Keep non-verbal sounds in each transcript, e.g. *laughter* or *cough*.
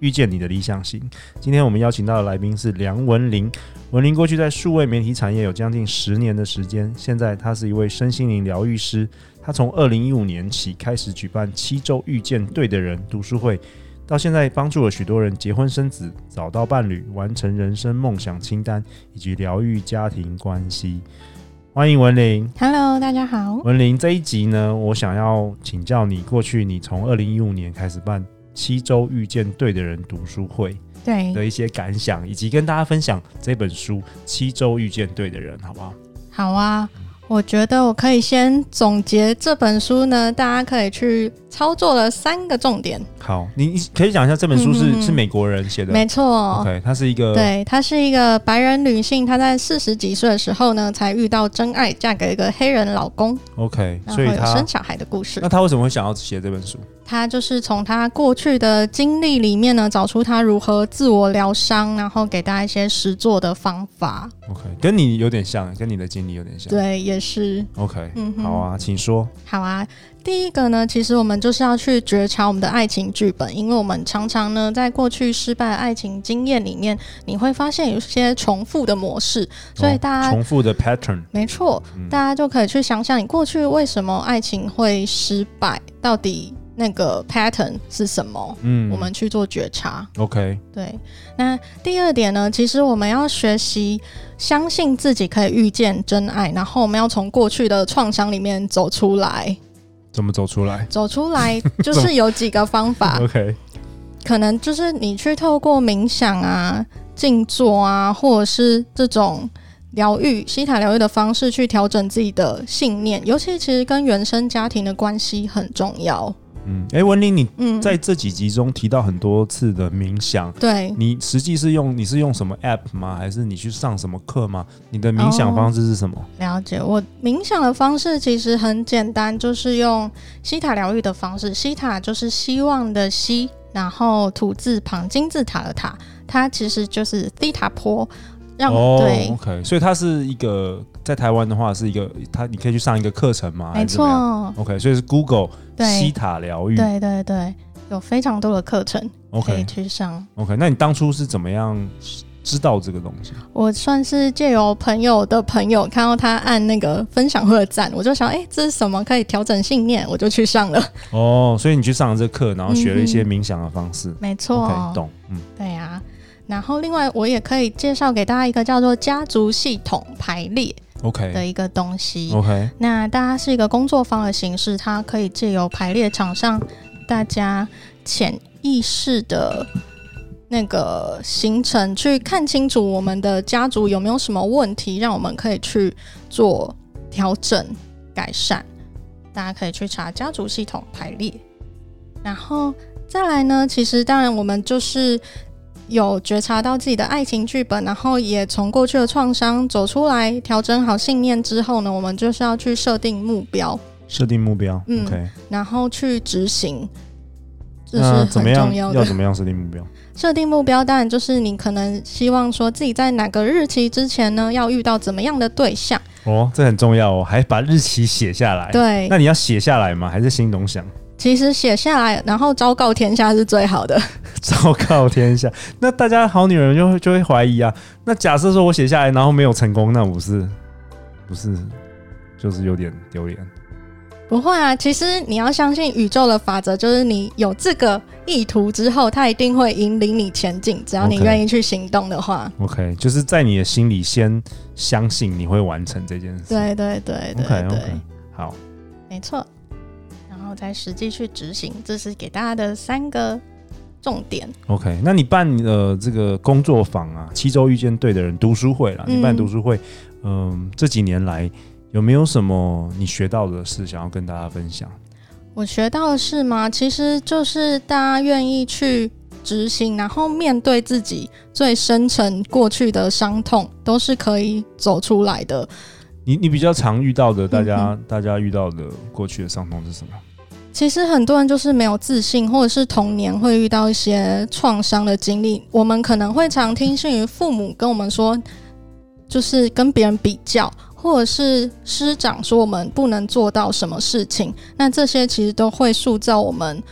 遇见你的理想型。今天我们邀请到的来宾是梁文玲。文玲过去在数位媒体产业有将近十年的时间，现在她是一位身心灵疗愈师。她从二零一五年起开始举办七周遇见对的人读书会，到现在帮助了许多人结婚生子、找到伴侣、完成人生梦想清单，以及疗愈家庭关系。欢迎文玲。 Hello，大家好。文玲这一集呢，我想要请教你，过去你从二零一五年开始办七周遇见对的人读书会对，的一些感想，以及跟大家分享这本书《七周遇见对的人》，好不好？好啊。我觉得我可以先总结这本书呢，大家可以去操作的三个重点。好，你你可以讲一下这本书是、嗯嗯嗯是美国人写的没错， ，OK，它是一个对，她是一个白人女性，她在四十几岁的时候呢，才遇到真爱，嫁给一个黑人老公， OK，然后所以有他生小孩的故事那。他为什么会想要写这本书？她就是从她过去的经历里面呢，找出她如何自我疗伤，然后给大家一些实做的方法。 OK，跟你有点像，跟你的经历有点像。对，也是。 OK，、嗯哼好啊，请说。好啊，第一个呢，其实我们就是要去觉察我们的爱情剧本，因为我们常常呢，在过去失败的爱情经验里面，你会发现有些重复的模式，所以哦大家、重嗯复的 pattern，没错，大家就可以去想想你过去为什么爱情会失败，到底那个 pattern 是什么，嗯我们去做觉察。 OK，对，那第二点呢，其实我们要学习相信自己可以遇见真爱，然后我们要从过去的创伤里面走出来。怎么走出来走出来就是有几个方法， ？OK，可能就是你去透过冥想啊、静坐啊，或者是这种疗愈、西塔疗愈的方式去调整自己的信念，尤其其实跟原生家庭的关系很重要。嗯，哎、文玲，你嗯，在这几集中提到很多次的冥想，对你实际是用你是用什么 app 吗？还是你去上什么课吗？你的冥想方式是什么？了解。我冥想的方式其实很简单，就是用西塔疗愈的方式。西塔就是希望的希，然后土字旁金字塔的塔，它其实就是西塔坡。让、哦对， ，OK，所以它是一个在台湾的话是一个，它你可以去上一个课程吗？啊没还是怎么样错， ，OK，所以是 Google 西对塔疗愈对对对，有非常多的课程可以，OK 去上。 OK，那你当初是怎么样知道这个东西？我算是借由朋友的朋友看到他按那个分享会的赞，我就想，哎、这是什么可以调整信念，我就去上了。哦，所以你去上了这课，然后学了一些嗯哦冥想的方式。没错 OK，懂，嗯，对啊。然后另外我也可以介绍给大家一个叫做家族系统排列 OK，OK，、的一个东西。那大家是一个工作坊的形式，它可以借由排列场上大家潜意识的那个形成，去看清楚我们的家族有没有什么问题，让我们可以去做调整、改善。大家可以去查家族系统排列，然后再来呢，其实当然我们就是。有觉察到自己的爱情剧本，然后也从过去的创伤走出来，调整好信念之后呢，我们就是要去设定目标，设定目标、嗯 o k 然后去执行，这那是怎么很样重要要的。怎么样设定目标？设定目标当然就是你可能希望说自己在哪个日期之前呢，要遇到怎么样的对象。哦，这很重要哦，还把日期写下来。，对哎那，你要写下来吗？还是心中想？ *laughs* 其实写下来，然后昭告天下是最 *laughs* 好的。昭告天下，那大家好女人就会就会怀疑啊。那假设说我写下来，然后没有成功，那我是不是就是有点丢脸？不会啊，其实你要相信宇宙的法则，就是你有这个意图之后，它一定会引领你前进。只要你 OK 愿意去行动的话 OK，就是在你的心里先相信你会完成这件事。对对对对 o k 对 OK，好，没错。然后再实际去执行，这是给大家的三个重点。 OK，那你办呃这个工作坊啊，七周遇见对的人读书会啦，嗯你办读书会，嗯、这几年来有没有什么你学到的事想要跟大家分享？我学到的是吗？其实就是大家愿意去执行，然后面对自己最深沉过去的伤痛，都是可以走出来的。你你比较常遇到的，大家大家遇到的过去的伤痛是什么？其实很多人就是没有自信，或者是童年会遇到一些创伤的经历。我们可能会常听信于父母跟我们说，就是跟别人比较，或者是师长说我们不能做到什么事情。那这些其实都会塑造我们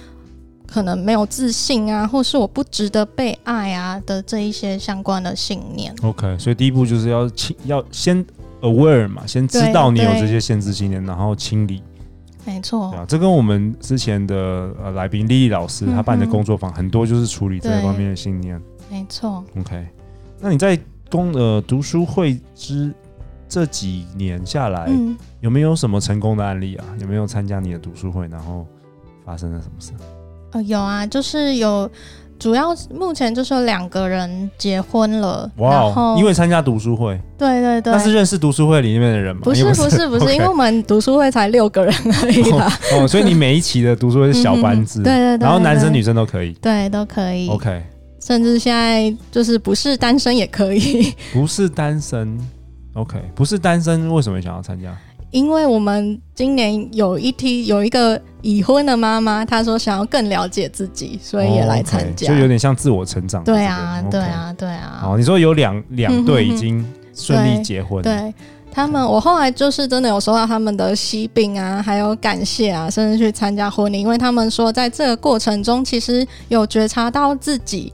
可能没有自信啊，或是我不值得被爱啊的这一些相关的信念。 OK，所以第一步就是要清，要先 aware 嘛，先知道你有这些限制信念，然后清理。没错，啊，这跟我们之前的呃来宾丽丽老师她办的工作坊、嗯、很多就是处理这方面的信念。没错。 OK，那你在工呃读书会之这几年下来、嗯，有没有什么成功的案例啊？有没有参加你的读书会，然后发生了什么事？呃，有啊，就是有，主要目前就是有两个人结婚了。哇、wow,，因为参加读书会。对对对。那是认识读书会里面的人吗？不是不是不是，okay. 因为我们读书会才六个人而已啦。 *laughs* 哦，哦所以你每一期的读书会是小班制嗯。对对对。嗯然后男生女生都可以。对，都可以。 OK。 *laughs* 甚至现在就是不是单身也可以。 *laughs* 不是单身，OK，不是单身，为什么想要参加？因为我们今年有一批有一个已婚的妈妈，她说想要更了解自己，所以也来参加，就、oh, okay. 有点像自我成长。对啊， okay. 对啊，对啊。哦，你说有两两对已经顺利结婚、嗯哼哼，对他们，我后来就是真的有收到他们的喜饼啊，还有感谢啊，甚至去参加婚礼，因为他们说在这个过程中，其实有觉察到自己。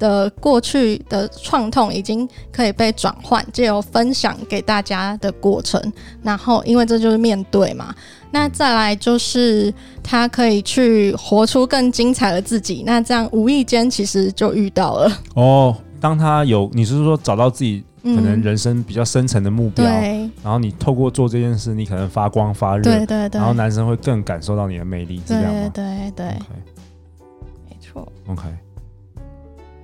的过去的创痛已经可以被转换，借由分享给大家的过程，然后因为这就是面对嘛。那再来就是他可以去活出更精彩的自己，那这样无意间其实就遇到了哦。当他有，你是说找到自己可能人生比较深层的目标、嗯，然后你透过做这件事，你可能发光发热，对对对，然后男生会更感受到你的魅力，是这样吗？对对对，okay. 没错。 OK。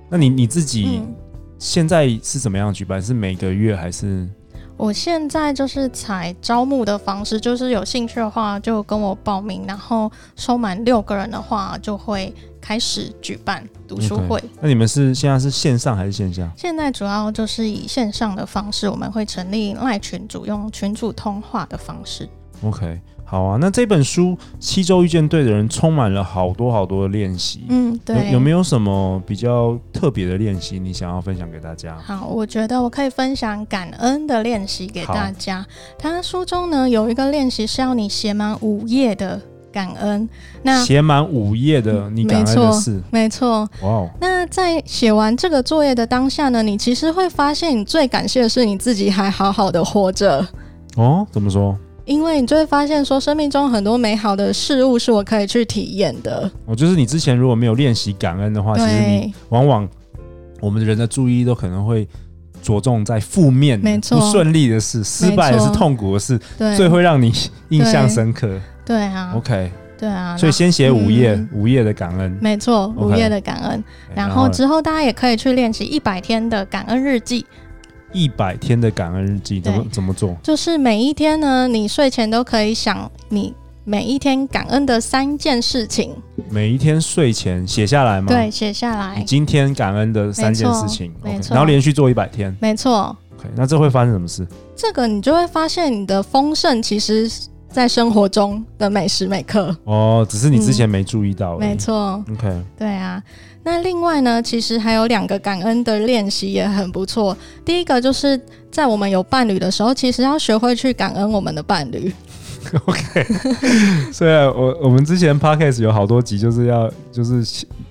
那你你自己嗯现在是怎么样举办？嗯、是每个月还是？我现在就是采招募的方式，就是有兴趣的话就跟我报名，然后收满六个人的话就会开始举办读书会。Okay. 那你们是现在是线上还是线下？现在主要就是以线上的方式，我们会成立赖群主，用群主通话的方式。 OK，好啊。那这本书《七周遇见对的人》充满了好多好多的练习。嗯，对有。有没有什么比较特别的练习你想要分享给大家？好，我觉得我可以分享感恩的练习给大家。它书中呢有一个练习是要你写满五页的感恩。那嗯写满五页的你感恩的事，没错。哇哦。Wow 那在写完这个作业的当下呢，你其实会发现你最感谢的是你自己还好好的活着。哦，怎么说？因为你就会发现，说生命中很多美好的事物是我可以去体验的。我哦就是你之前如果没有练习感恩的啊话，其实你往往我们人的注意都可能会着重在负面、没错不顺利的事、失败的事、痛苦的事，最会让你印象深刻。对啊，OK，对啊。所以先写五页、嗯，五页的感恩，没错，五页的感恩。Okay, 哎然后之后大家也可以去练习一百天的感恩日记。一百天的感恩日记怎么怎么做？就是每一天呢，你睡前都可以想你每一天感恩的三件事情。每一天睡前写下来吗？对，写下来。你今天感恩的三件事情，没错。Okay, 然后连续做一百天，没错。 OK，那这会发生什么事？这个你就会发现你的丰盛其实在生活中的每时每刻。哦，只是你之前没注意到、嗯。没错。 OK。对啊。那另外呢，其实还有两个感恩的练习也很不错。第一个就是在我们有伴侣的时候，其实要学会去感恩我们的伴侣。 OK，虽然我我们之前 podcast 有好多集就是要就是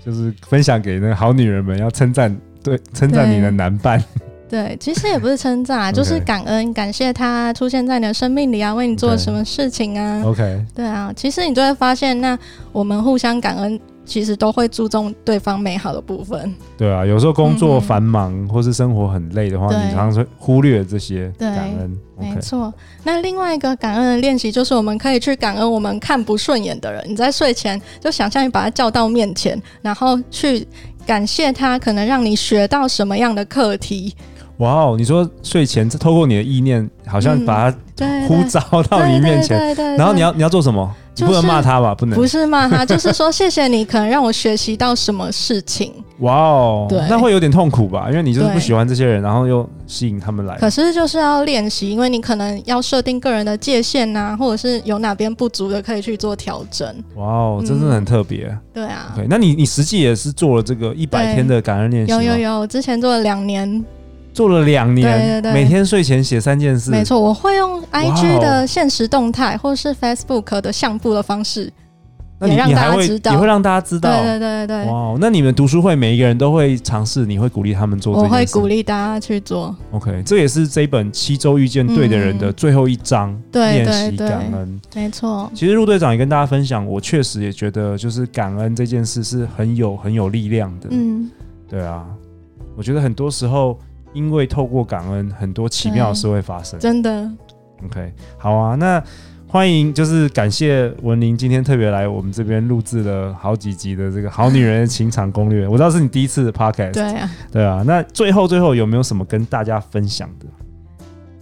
就是分享给那好女人们，要称赞对称赞你的男伴。 *laughs* 对，其实也不是称赞啊，就是感恩，感谢他出现在你的生命里啊，为你做了什么事情啊。 OK，对啊，其实你就会发现，那我们互相感恩。其实都会注重对方美好的部分。对啊，有时候工作繁忙、嗯、或是生活很累的话，你常常会忽略这些感恩。没错。Okay、那另外一个感恩的练习就是，我们可以去感恩我们看不顺眼的人。你在睡前就想象你把他叫到面前，然后去感谢他，可能让你学到什么样的课题。哇哦！你说睡前透过你的意念，好像把他呼召到你面前，嗯、对对对然后你要你要做什么？嗯你不能骂他吧？不能，不是骂他，就是说谢谢你，可能让我学习到什么事情。 *laughs* 哇哦，对那会有点痛苦吧？因为你就是不对喜欢这些人，然后又吸引他们来。可是就是要练习，因为你可能要设定个人的界限呐、或者是有哪边不足的可以去做调整。哇哦，这真嗯的很特别。对啊， OK，那你你实际也是做了这个一百对天的感恩练习吗，有有有，我之前做了两年，做了两年，对对对每天睡前写三件事，没错，我会用哇哦 IG 的现实动态或是 Facebook 的相簿的方式。那你也让你大家还会知道你会让大家知对道。对对对哇对，哦，那你们读书会每一个人都会尝试，你会鼓励他们做这我件事。会鼓。励大家去做。 OK，这也是这一本《七周遇见对的人》的嗯最后一章，对练对习对感恩。没错，其实陆队长也跟大家分享，我确实也觉得，就是感恩这件事是很有很有力量的。嗯，对啊，我觉得很多时候，因为透过感恩，很多奇妙的对事会发生。真的， OK，好啊，那欢迎，就是感谢文玲今天特别来我们这边录制了好几集的这个《好女人的情场攻略》，我知道是你第一次的 Podcast，对啊。对啊，那最后最后有没有什么跟大家分享的？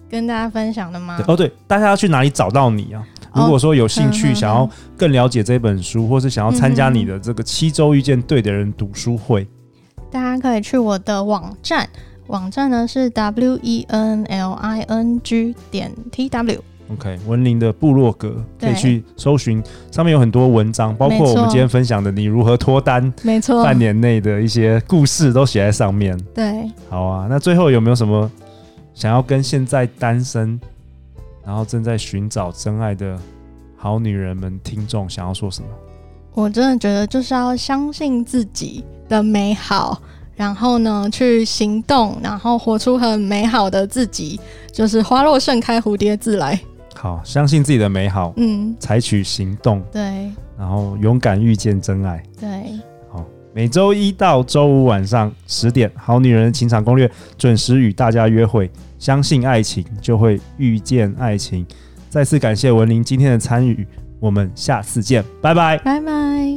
跟大家分享的吗？对哦，对，大家要去哪里找到你啊？如果说有兴趣、哦嗯嗯嗯想要更了解这本书，或是想要参加你的这个七周遇见对的人读书会，大家可以去我的网站，网站呢是 w e n l i n g 点 t w。 OK，文林的部落格可嗯对以去搜寻，上面有很多文章，包括没我错们今天分享的你如何脱单没错半年内的一些故事都写在上面。对，好啊，那最后有没有什么想要跟现在单身，然后正在寻找真爱的好女人们听众想要说什么？我真的觉得就是要相信自己的美好，然后呢去行动，然后活出很美好的自己，就是花落盛开，蝴蝶自来。好，相信自己的美好，嗯，采取行动，对然后勇敢遇见真爱。对，每周一到周五晚上十点，《好女人的情场攻略》准时与大家约会。相信爱情，就会遇见爱情。再次感谢文玲今天的参与，我们下次见，拜拜。拜拜。